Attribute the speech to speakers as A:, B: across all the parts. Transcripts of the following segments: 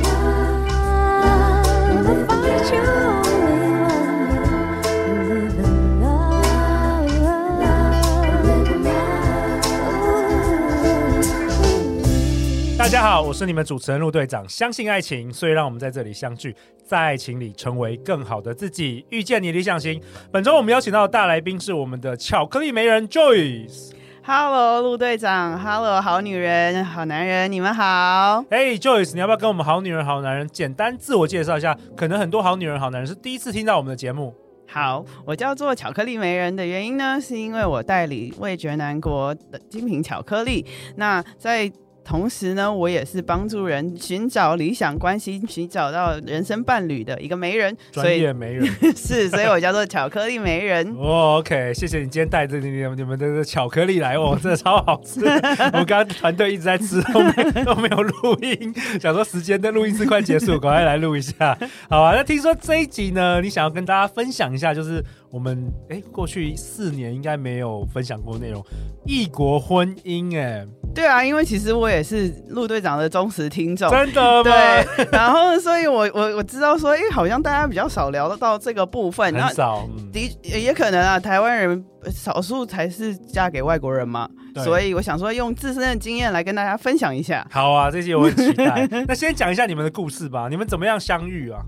A: Love, find you only one. Live in love, live in love.
B: 大家好，我是你们主持人陆队长。相信爱情，所以让我们在这里相聚，在爱情里成为更好的自己，遇见你理想型。本周我们邀请到的大来宾是我们的巧克力媒人 Joyce。
C: Hello，陆队长，Hello，好女人，好男人，你们好。
B: 哎、j o y c e 你要不要跟我们好女人、好男人简单自我介绍一下？可能很多好女人、好男人是第一次听到我们的节目。
C: 好，我叫做巧克力媒人的原因呢，是因为我代理味觉南国的精品巧克力。那在同时呢，我也是帮助人寻找理想关系、寻找到人生伴侣的一个媒人，所
B: 专
C: 以
B: 业媒人
C: 是，所以 我叫做巧克力媒人。
B: 哦、o k 谢谢你今天带着你你们你们的巧克力来，哦， 真的超好 吃。我们刚刚团队一直在吃，都没都没有录音，想说时间的录音是快结束，赶快来录一下。 好啊，那听说这一集呢，你想要跟大家分享一下，就是我们哎过去四年应该没有分享过内容，异国婚姻，哎，
C: 对啊，因为其实我也是陆队长的忠实听众，
B: 真的吗？
C: 对，然后所以我我我知道说，哎、好像大家比较少聊得到这个部分，那
B: 很少，嗯，
C: 的也可能啊，台湾人呃少数才是嫁给外国人嘛，
B: 对
C: 所以我想说用自身的经验来跟大家分享一下。
B: 好啊，这集我很期 待。那先讲一下你们的故事吧，你们怎么样相遇啊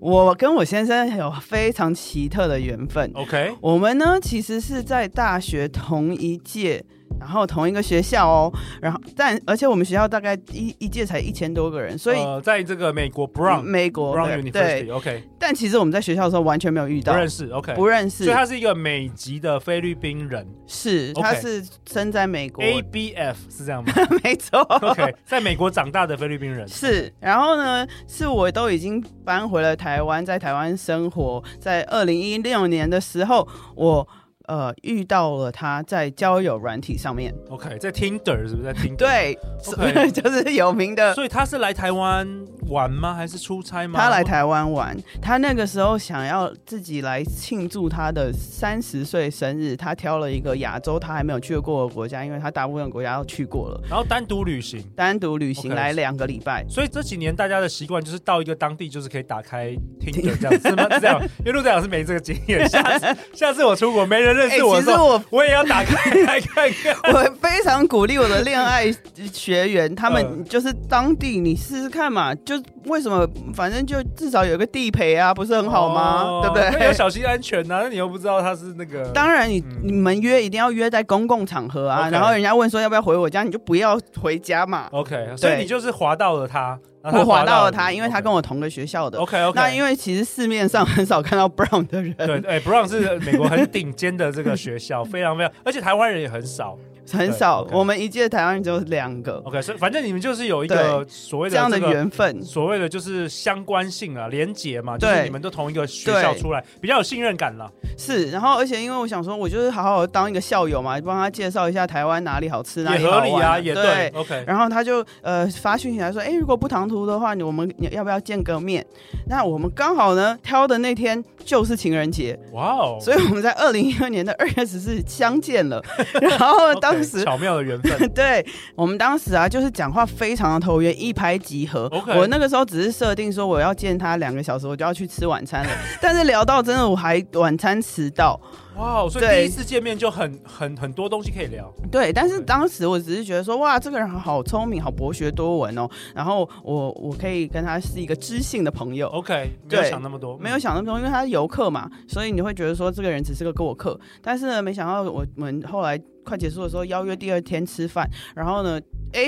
C: 我跟我先生有非常奇特的缘分，
B: ？OK，
C: 我们呢其实是在大学同一届。然后同一个学校哦，然后但而且我们学校大概一一届才一千多个人，所以、嗯
B: 呃、在这个美国 Brown
C: 美国
B: Brown
C: 对对，
B: University，OK，、
C: 但其实我们在学校的时候完全没有遇
B: 不
C: 到，
B: 认识，OK，
C: 不认识
B: 所以他是一个美籍的菲律宾人
C: 是
B: OK
C: 他是生在美国，
B: ，ABF 是这样吗
C: 没错
B: ？OK，在美国长大的菲律宾人，
C: 是，然后呢，是我都已经搬回了台湾，在台湾生活，在二零一六年的时候，我呃遇到了他在交友软体上面，
B: OK，在 Tinder 是不是在 Tinder？，
C: 对
B: OK
C: 就是有名的。
B: 所以他是来台湾玩吗？还是出差吗？
C: 他来台湾玩，他那个时候想要自己来庆祝他的三十岁生日，他挑了一个亚洲他还没有去过的国家，因为他大部分国家都去过了，
B: 然后单独旅行。
C: 单独旅行
B: OK
C: 来两个礼拜。
B: 所以这几年大家的习惯就是到一个当地就是可以打开 Tinder 这样子是吗？是这样吗，因为陆队长是没这个经验。下次下次我出国没人认识我
C: 哎其
B: 的
C: 实
B: 时候，
C: 我
B: 我也要打开来看看。
C: 我非常鼓励我的恋爱学员，他
B: 嗯
C: 们就是当地你试试看嘛，就为什么反正就至少有一个地陪啊，不是 很好吗？
B: 哦
C: 对不对？
B: 那要小心安全呐、那你又不知道他是那个。
C: 当然你，
B: 嗯哦
C: 你们约一定要约在公共场合啊
B: OK
C: 然后人家问说要不要回我家，你就不要回家嘛。
B: OK，所以你就是滑到了他，然后哦他
C: 我划到了他，
B: 你哦
C: 因为他跟我同个学校的。
B: OK OK，
C: 那因
B: 为
C: 为其实市面上很少看到 brown 的人，
B: 对，哎、b r o w n 是美国很顶尖的这个学 校，非常非常，而且台湾人也很少。
C: 很少。
B: 对，OK
C: 我们一届台湾人只有两个
B: OK，所以反正你们就是有一个所谓
C: 这
B: 的
C: 样
B: 这
C: 的
B: 个。
C: 缘分。
B: 所谓的就是相关性啊，连结嘛，就是
C: 对
B: 你们都同一个学校
C: 对
B: 出来，比较有信任感啦。
C: 是，然后而且因为我想说，我就是好好当一个校友嘛，帮他介绍一下台湾哪里好吃，哪
B: 也
C: 里好
B: 合
C: 玩
B: 理啊，也对。OK，
C: 然后他就呃发讯息来说，哎，如果不唐突的话，你我们你要不要见个面？那我们刚好呢挑的那天就是情人节，
B: 哇哦，
C: 所以我们在二零一二年的二月十四相见 了。然后
B: OK，
C: 当时
B: 巧妙的缘分
C: 对我们当时啊，就是讲话非常的投缘，一拍即合。
B: OK
C: 我那个时候只是设定说我要见他两个小时，我就要去吃晚餐了。但是聊到真的，我还晚餐迟到。
B: 哇哦，所以
C: 对
B: 第一次见面就很很很多东西可以聊。
C: 对，但是当时我只是觉得说，哇，这个人好聪明，好博学多闻哦。然后我我可以跟他是一个知性的朋友，
B: OK，没有
C: 对
B: 想那么多，嗯
C: 没有想那么多，因为他是游客嘛，所以你会觉得说这个人只是个过客。但是呢，没想到我们后来快结束的时候邀约第二天吃饭，然后呢，哎。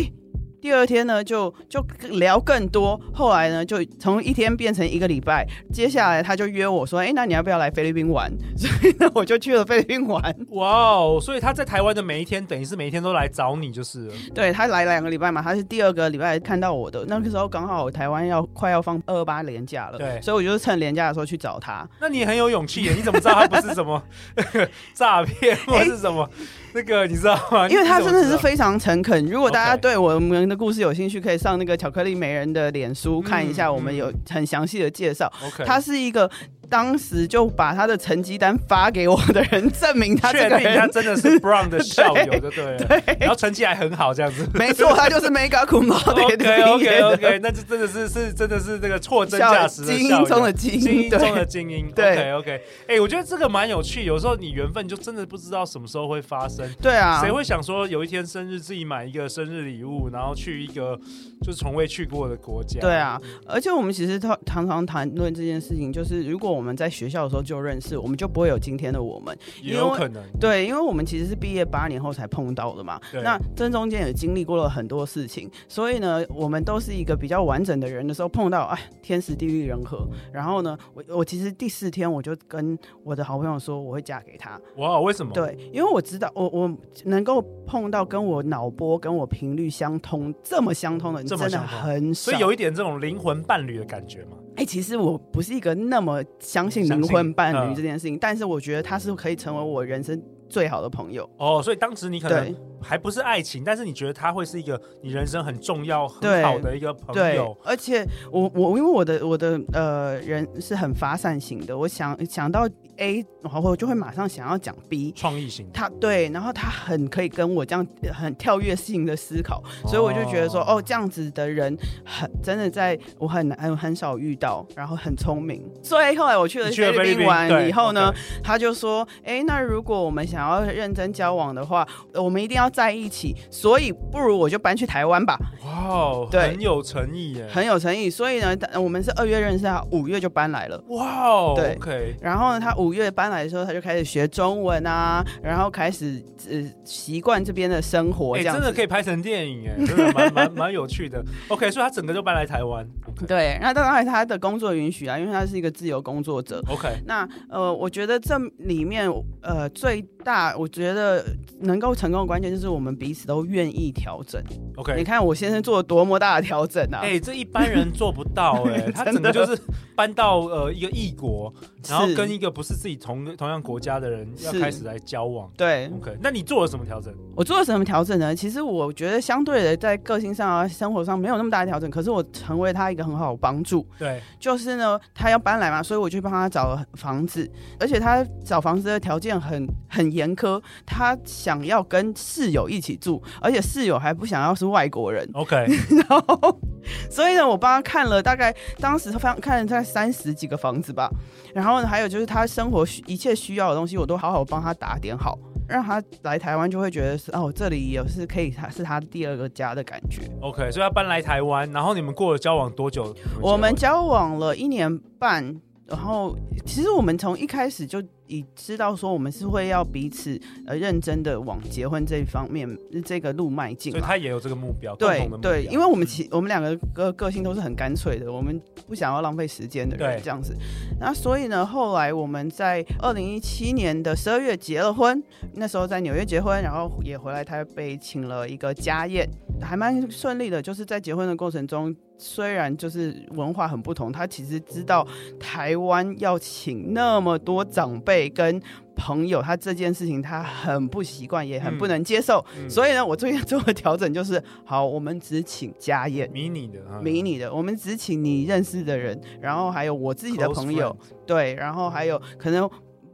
C: 第二天呢，就就聊更多，后来呢，就从一天变成一个礼拜。接下来他就约我说：“哎、那你要不要来菲律宾玩？” 所以呢，我就去了菲律宾玩。
B: 哇哦！所以他在台湾的每一天，等于是每一天都来找你，就是了
C: 对他来两个礼拜嘛，他是第二个礼拜看到我的。那个时候刚好台湾要快要放二二八连假了，
B: 对
C: 所以我就是趁连假的时候去找他。
B: 那你很有勇气耶！你怎么知道他不是什么 诈骗或是什么那个？你知道吗？
C: 因为他
B: 你怎
C: 真
B: 么
C: 的
B: 知道
C: 是非常诚恳。如果大家
B: OK
C: 对我们的故事有兴趣，可以上那个巧克力美人的脸书
B: 嗯
C: 看一下，我们有很详细的介绍。
B: OK，
C: 他是一个当时就把他的成绩单发给我的人，证明他这
B: 确
C: 个
B: 定他
C: 人。
B: 真的是 Brown 的校友就 对了，然后成绩还很好这样子。
C: 没错，他就是 mega cum laude 的
B: OK
C: 毕
B: OK
C: 业的
B: OK，那就真的是是真的是这个货真
C: 校
B: 价实的
C: 精英
B: 校友
C: 中的精英
B: 精英
C: 对
B: 中的精英。OK
C: 对
B: OK，哎、我觉得这个蛮有趣，有时候你缘分就真的不知道什么时候会发生。
C: 对啊，
B: 谁会想说有一天生日自己买一个生日礼物，然后去一个就是从未去过的国家？
C: 对，啊，而且我们其实常常常谈论这件事情，就是如果我们在学校的时候就认识，我们就不会有今天的我们。
B: 也有可能。
C: 对，因为我们其实是毕业八年后才碰到的嘛
B: 对。
C: 那这中间也经历过了很多事情，所以呢，我们都是一个比较完整的人的时候碰到，哎，天时地利人和。然后呢，我我其实第四天我就跟我的好朋友说我会嫁给他，
B: 哇，为什么？，
C: 对，因为我知道我我能够碰到跟我脑波跟我频率相通这么相通的人
B: 这么
C: 真的
B: 相通
C: 很少。
B: 所以有一点这种灵魂伴侣的感觉嘛。
C: 哎、其实我不是一个那么相信
B: 相
C: 灵
B: 信
C: 魂伴
B: 嗯
C: 侣这件事情，但是我觉得他是可以成为我人生最好的朋友。
B: 哦，所以当时你可能
C: 对
B: 还不是爱情，但是你觉得他会是一个你人生很重要、很
C: 对
B: 好的一个朋
C: 对
B: 友。，
C: 而且我我因为我的我的呃人是很发散型的，我想想到 A，然后我就会马上想要讲 B。
B: 创意型的，
C: 他对，然后他很可以跟我这样呃很跳跃性的思考，所以我就觉得说，
B: 哦
C: 哦，这样子的人很真的在我很难很很少遇到，然后很聪明。所以后来我去了
B: 你去了
C: 菲律
B: 菲律宾
C: 宾玩
B: 对
C: 以后呢
B: OK，
C: 他就说，哎，那如果我们想要认真交往的话，呃我们一定要在一起，所以不如我就搬去台湾吧。
B: 哇哦，
C: 对
B: 很有诚意耶，
C: 很有诚意，所以呢，他我们是二月认识他，五月就搬来了。
B: 哇哦
C: 对
B: ，OK，
C: 然后呢，他五月搬来的时候，他就开始学中文啊，然后开始呃习惯这边的生活，
B: 哎、
C: 这样
B: 真
C: 子、
B: 的可以拍成电影哎，真的蛮蛮蛮有趣的。OK，所以他整个就搬来台湾。OK，
C: 对。那当然他的工作允许啊，因为他是一个自由工作者。
B: OK，
C: 那呃，我觉得这里面呃最大，我觉得能够成功的关键就是我们彼此都愿意调整。
B: OK
C: 你看我先生做了多么大的调整啊！
B: 哎、这一般人做不 到哎、他整个就是搬到呃一个异国，然后
C: 是
B: 跟一个不是自己同同样国家的人要
C: 是
B: 开始来交往。
C: 对，
B: OK，那你做了什么调整？
C: 我做了什么调整呢？其实我觉得相对的，在个性上啊、生活上没有那么大的调整，可是我成为他一个很好的帮助。
B: 对，
C: 就是呢，他要搬来嘛，所以我去帮他找了房子，而且他找房子的条件很很严苛，他想要跟室友一起住，而且室友还不想要是外国人，
B: OK，
C: 然后， 所以呢，我帮他看了大概当时翻看了大概三十几个房子吧，然后呢，还有就是他生活需一切需要的东西，我都好好帮他打点好，让他来台湾就会觉得是哦，这里也是可以，他是他第二个家的感觉。
B: OK，所以他搬来台湾，然后你们过了交往多久？
C: 我们交往了一年半，然后其实我们从一开始就已知道说我们是会要彼此呃认真的往结婚这一方面呃这个路迈进
B: 所以
C: 嘛。
B: 他也有这个目标，共
C: 对
B: 同的目标嗯
C: 对，因为我们其我们两个个个性都是很干脆的，我们不想要浪费时间的人
B: 对
C: 这样子。那所以呢，后来我们在二零一七年的十二月结了婚，那时候在纽约结婚，然后也回来台北请了一个家宴，还蛮顺利的。就是在结婚的过程中。虽然就是文化很不同，他其实知道台湾要请那么多长辈跟朋友，他这件事情他很不习惯，也很不能接受。
B: 嗯
C: 所以呢，我最近做的调整就是，好，我们只请家宴，
B: 迷你的，嗯
C: 迷你的，我们只请你认识的人，然后还有我自己的
B: Close
C: 朋友，对，然后还有可能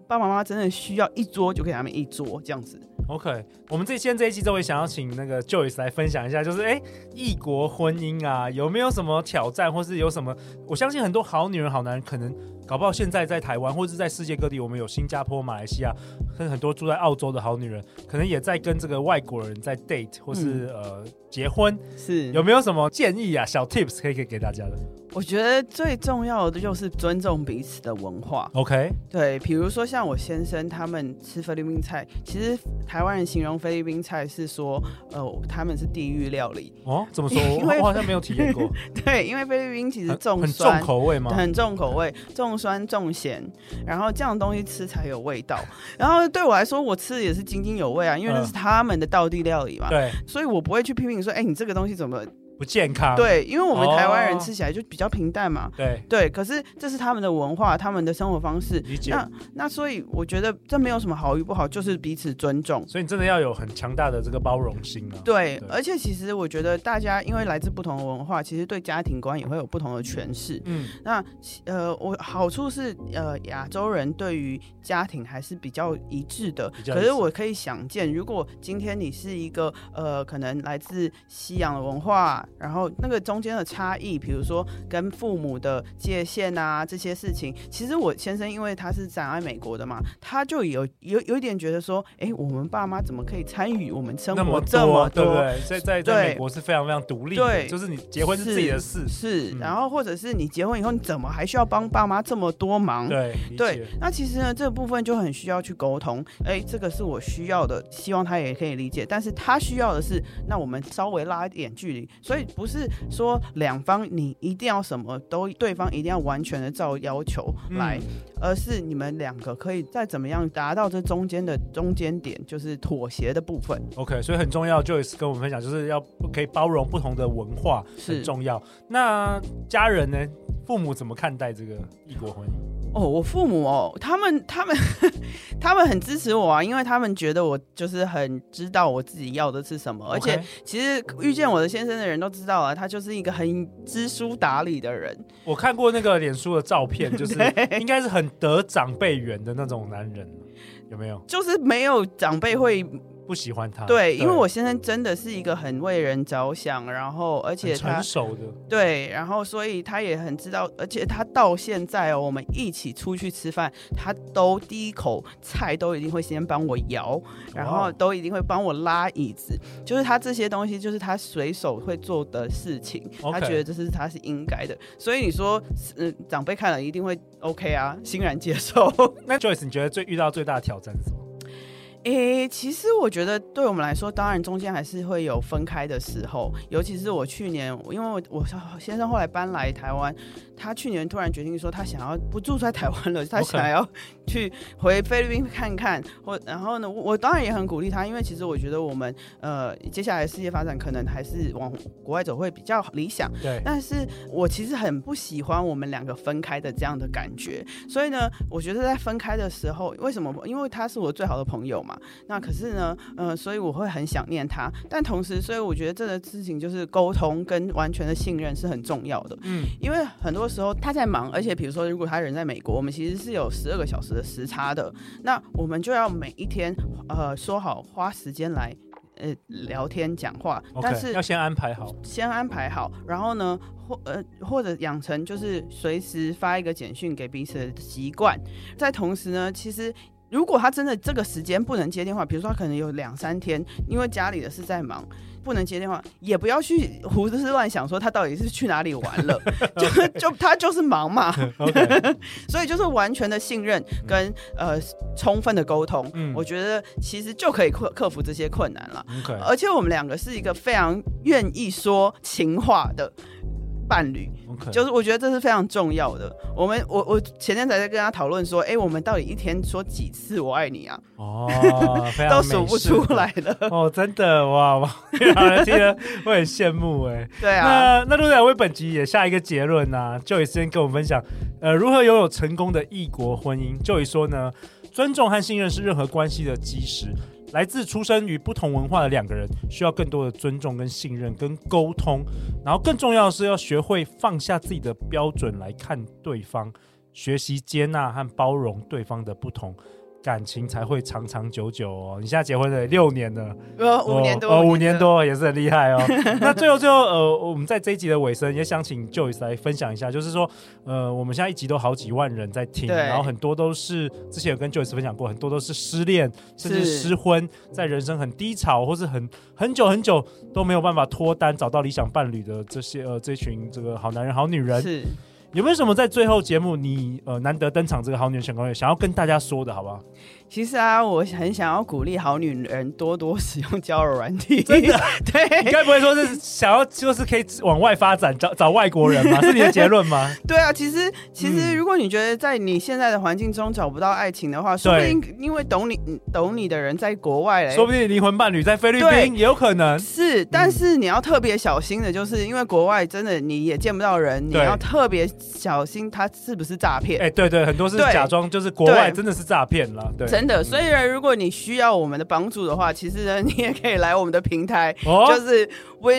C: 爸爸妈妈真的需要一桌就给他们一桌这样子。
B: OK，我们这先这一期终于想要请那个 Joyce 来分享一下，就是哎，异国婚姻啊，有没有什么挑战，或是有什么？我相信很多好女人、好男人，可能搞不好现在在台湾，或是在世界各地，我们有新加坡、马来西亚，跟很多住在澳洲的好女人，可能也在跟这个外国人在 date 或是、呃结婚，
C: 是，
B: 有没有什么建议啊？小 tips 可以给给大家的
C: 我觉得最重要的就是尊重彼此的文化。
B: ？OK，
C: 对，比如说像我先生他们吃菲律宾菜，其实台湾人形容菲律宾菜是说，呃，他们是地狱料理。
B: 哦，怎么说？
C: 因
B: 我
C: 为
B: 我好像没有体验过，
C: 对，因为菲律宾其实
B: 很
C: 重
B: 很
C: 酸
B: 重口味吗？
C: 很重口味，重酸重咸，然后这样东西吃才有味道。然后对我来说，我吃的也是津津有味啊，因为那
B: 嗯
C: 是他们的道地料理嘛，
B: 对，
C: 所以我不会去批评说，哎、你这个东西怎么
B: 不健康。
C: 对，因为我们台湾人
B: 哦
C: 吃起来就比较平淡嘛。
B: 对，
C: 对，可是这是他们的文化，他们的生活方式。
B: 理解。
C: 那那所以我觉得这没有什么好与不好，就是彼此尊重。
B: 所以你真的要有很强大的这个包容心啊。
C: 对
B: 对，
C: 而且其实我觉得大家因为来自不同的文化，其实对家庭观也会有不同的诠释。
B: 嗯，
C: 那呃，我好处是呃，亚洲人对于家庭还是比较一致的。
B: 比较一致
C: 可是我可以想见，如果今天你是一个呃，可能来自西洋的文化，然后那个中间的差异，比如说跟父母的界限啊这些事情，其实我先生因为他是长在美国的嘛，他就有有有一点觉得说，哎，我们爸妈怎么可以参与我们生
B: 那
C: 活
B: 么
C: 这么
B: 对
C: 多？
B: 不对？在在在
C: 对
B: 美国是非常非常独立的，
C: 对
B: 就是你结婚是自己的事。
C: 是，
B: 嗯
C: 然后或者是你结婚以后，你怎么还需要帮爸妈这么多忙？
B: 对，理
C: 对
B: 解。，
C: 那其实呢，这部分就很需要去沟通。哎，这个是我需要的，希望他也可以理解。但是他需要的是，那我们稍微拉一点距离。所以不是说两方你一定要什么都，对方一定要完全的照要求来，而是你们两个可以再怎么样达到这中间的中间点，就是妥协的部分。
B: OK，所以很重要，Joyce 跟我们分享，就是要可以包容不同的文化，
C: 是
B: 很重要。那家人呢？父母怎么看待这个异国婚姻？
C: 哦，我父母哦，他们他们 他们很支持我啊，因为他们觉得我就是很知道我自己要的是什么，而且
B: OK，
C: 其实遇见我的先生的人都知道啊，他就是一个很知书达理的人。
B: 我看过那个脸书的照片， 就是应该是很得长辈缘的那种男人，有没有？
C: 就是没有长辈会
B: 不喜欢他？
C: 对，因为我先生真的是一个很为人着想，然后而
B: 很
C: 且他
B: 成熟的，
C: 对，然后所以他也很知道，而且他到现在哦，我们一起出去吃饭，他都第一口菜都一定会先帮我摇，然
B: 哇
C: 后
B: 哦
C: 都一定会帮我拉椅子，就是他这些东西就是他随手会做的事情，他
B: OK
C: 觉得这是他是应该的，所以你说，嗯、长辈看了一定会 OK 啊，欣然接受。
B: 那 Joyce，你觉得最遇到最大的挑战是什么？
C: 诶、其实我觉得对我们来说，当然中间还是会有分开的时候，尤其是我去年，因为我我先生后来搬来台湾，他去年突然决定说他想要不住在台湾了，他
B: OK
C: 想要去回菲律宾看看。或然后呢，我我当然也很鼓励他，因为其实我觉得我们呃接下来事业发展可能还是往国外走会比较理想。
B: 对，
C: 但是我其实很不喜欢我们两个分开的这样的感觉，所以呢，我觉得在分开的时候，为什么？因为他是我最好的朋友嘛。那可是呢，呃，所以我会很想念他，但同时，所以我觉得这个事情就是沟通跟完全的信任是很重要的。
B: 嗯，
C: 因为很多时候他在忙，而且比如说，如果他人在美国，我们其实是有十二个小时的时差的，那我们就要每一天呃说好花时间来。呃，聊天讲话
B: o k
C: 但是
B: 要先安排 好。
C: 先安排好，然后呢，或呃或者养成就是随时发一个简讯给彼此的习惯。在同时呢，其实如果他真的这个时间不能接电话，比如说他可能有两三天，因为家里的事在忙，不能接电话，也不要去胡思乱想说他到底是去哪里玩了，就就他就是忙嘛，
B: OK，
C: 所以就是完全的信任跟呃充分的沟通，
B: 嗯
C: 我觉得其实就可以克克服这些困难了。
B: OK，
C: 而且我们两个是一个非常愿意说情话的伴侣，
B: OK，
C: 就是我觉得这是非常重要的。我们我我前天才在跟他讨论说，哎、我们到底一天说几次我爱你啊，
B: 哦， 非常
C: 都数不
B: 美式的
C: 出来 了。
B: 哦，真的哇 哇，听了会很羡慕哎。
C: 对啊，
B: 那那陆两为本集也下一个结论呐、就以先跟我们分享，呃，如何拥有成功的异国婚姻。就以说呢，尊重和信任是任何关系的基石。来自出生于不同文化的两个人，需要更多的尊重、跟信任、跟沟通。然后更重要的是，要学会放下自己的标准来看对方，学习接纳和包容对方的不同，感情才会长长久久哦。你现在结婚了六年了，
C: 呃， 五年多，
B: 哦，五年
C: 多，
B: 多也是很厉害哦。 那最后最后呃，我们在这一集的尾声，也想请 Joyce 来分享一下，就是说呃，我们现在一集都好几万人在听，
C: 对
B: 然后很多都是之前有跟 Joyce 分享过，很多都是失恋甚至
C: 是
B: 失婚，在人生很低潮或是很很久很久都没有办法脱单找到理想伴侣的这些呃这群这个好男人好女人，
C: 是
B: 有没有什么在最后节目你呃难得登场这个好女人成功月想要跟大家说的好不好？
C: 其实啊，我很想要鼓励好女人多多使用交友软体。 真的，
B: 你
C: 对
B: 该不会说是想要就是可以往外发展，找找外国 人吗？是你的结论吗？
C: 对啊，其实其实，
B: 嗯
C: 如果你觉得在你现在的环境中找不到爱情的话，说不
B: 对
C: 定因为懂你嗯懂你的人在国外嘞，
B: 说不定灵魂伴侣在菲律
C: 对
B: 宾也有可能。
C: 是，但是你要特别小心的，就是因为国外真的你也见不到人，你
B: 对
C: 要特别小心他是不是诈骗。
B: 哎、对对，很多是
C: 对
B: 假装，就是国外
C: 对
B: 真的是诈骗了。对，
C: 真的，所以呢，如果你需要我们的帮助的话，其实呢，你也可以来我们的平台，
B: 哦
C: 就是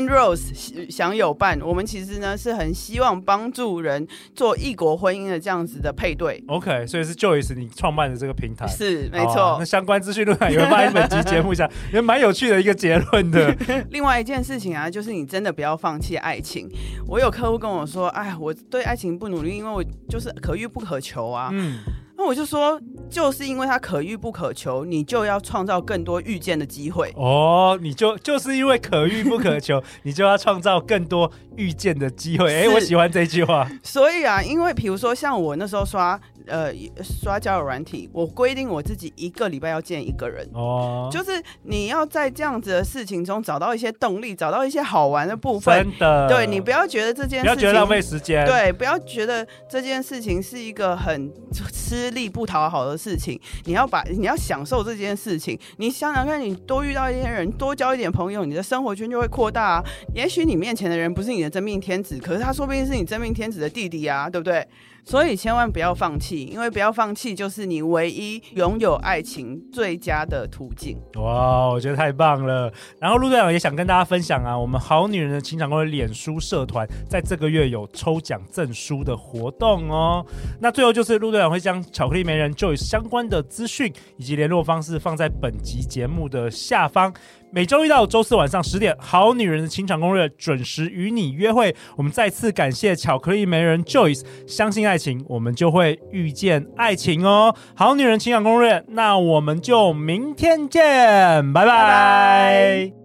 C: Winrose 享有伴。我们其实呢是很希望帮助人做异国婚姻的这样子的配对，
B: OK，所以是 Joyce 你创办的这个平台。
C: 是没
B: 好啊
C: 错
B: 那。相关资讯论坛也会放在本集节目 下，也蛮有趣的一个结论的。
C: 另外一件事情啊，就是你真的不要放弃爱情。我有客户跟我说，哎，我对爱情不努力，因为我就是可遇不可求啊。
B: 嗯，
C: 那我就说，就是因为它可遇不可求，你就要创造更多遇见的机会。
B: 哦，你就就是因为可遇不可求， 你就要创造更多遇见的机会。哎、
C: 是
B: 我喜欢这句话。
C: 所以啊，因为比如说像我那时候刷呃刷交友软体，我规定我自己一个礼拜要见一个人。
B: 哦，
C: 就是你要在这样子的事情中找到一些动力，找到一些好玩的部分。
B: 真的，
C: 对你不要觉得这件
B: 不要
C: 事
B: 觉得浪费
C: 情，
B: 时间。，
C: 对，不要觉得这件事情是一个很 吃力不讨好的事情。你要把你要享受这件事情。你想想看，你多遇到一些人，多交一点朋友，你的生活圈就会扩大啊。也许你面前的人不是你的真命天子，可是他说不定是你真命天子的弟弟啊，对不对？所以千万不要放弃，因为不要放弃就是你唯一拥有爱情最佳的途径。
B: 哇，我觉得太棒了。然后陆队长也想跟大家分享啊，我们好女人的情场攻略脸书社团在这个月有抽奖证书的活动哦。那最后就是陆队长会将巧克力媒人 Joy 相关的资讯以及联络方式放在本集节目的下方。每周一到周四晚上十点，《好女人的情场攻略》准时与你约会。我们再次感谢巧克力媒人 Joyce，相信爱情，我们就会遇见爱情哦。《好女人情场攻略》，那我们就明天见，拜拜。
C: 拜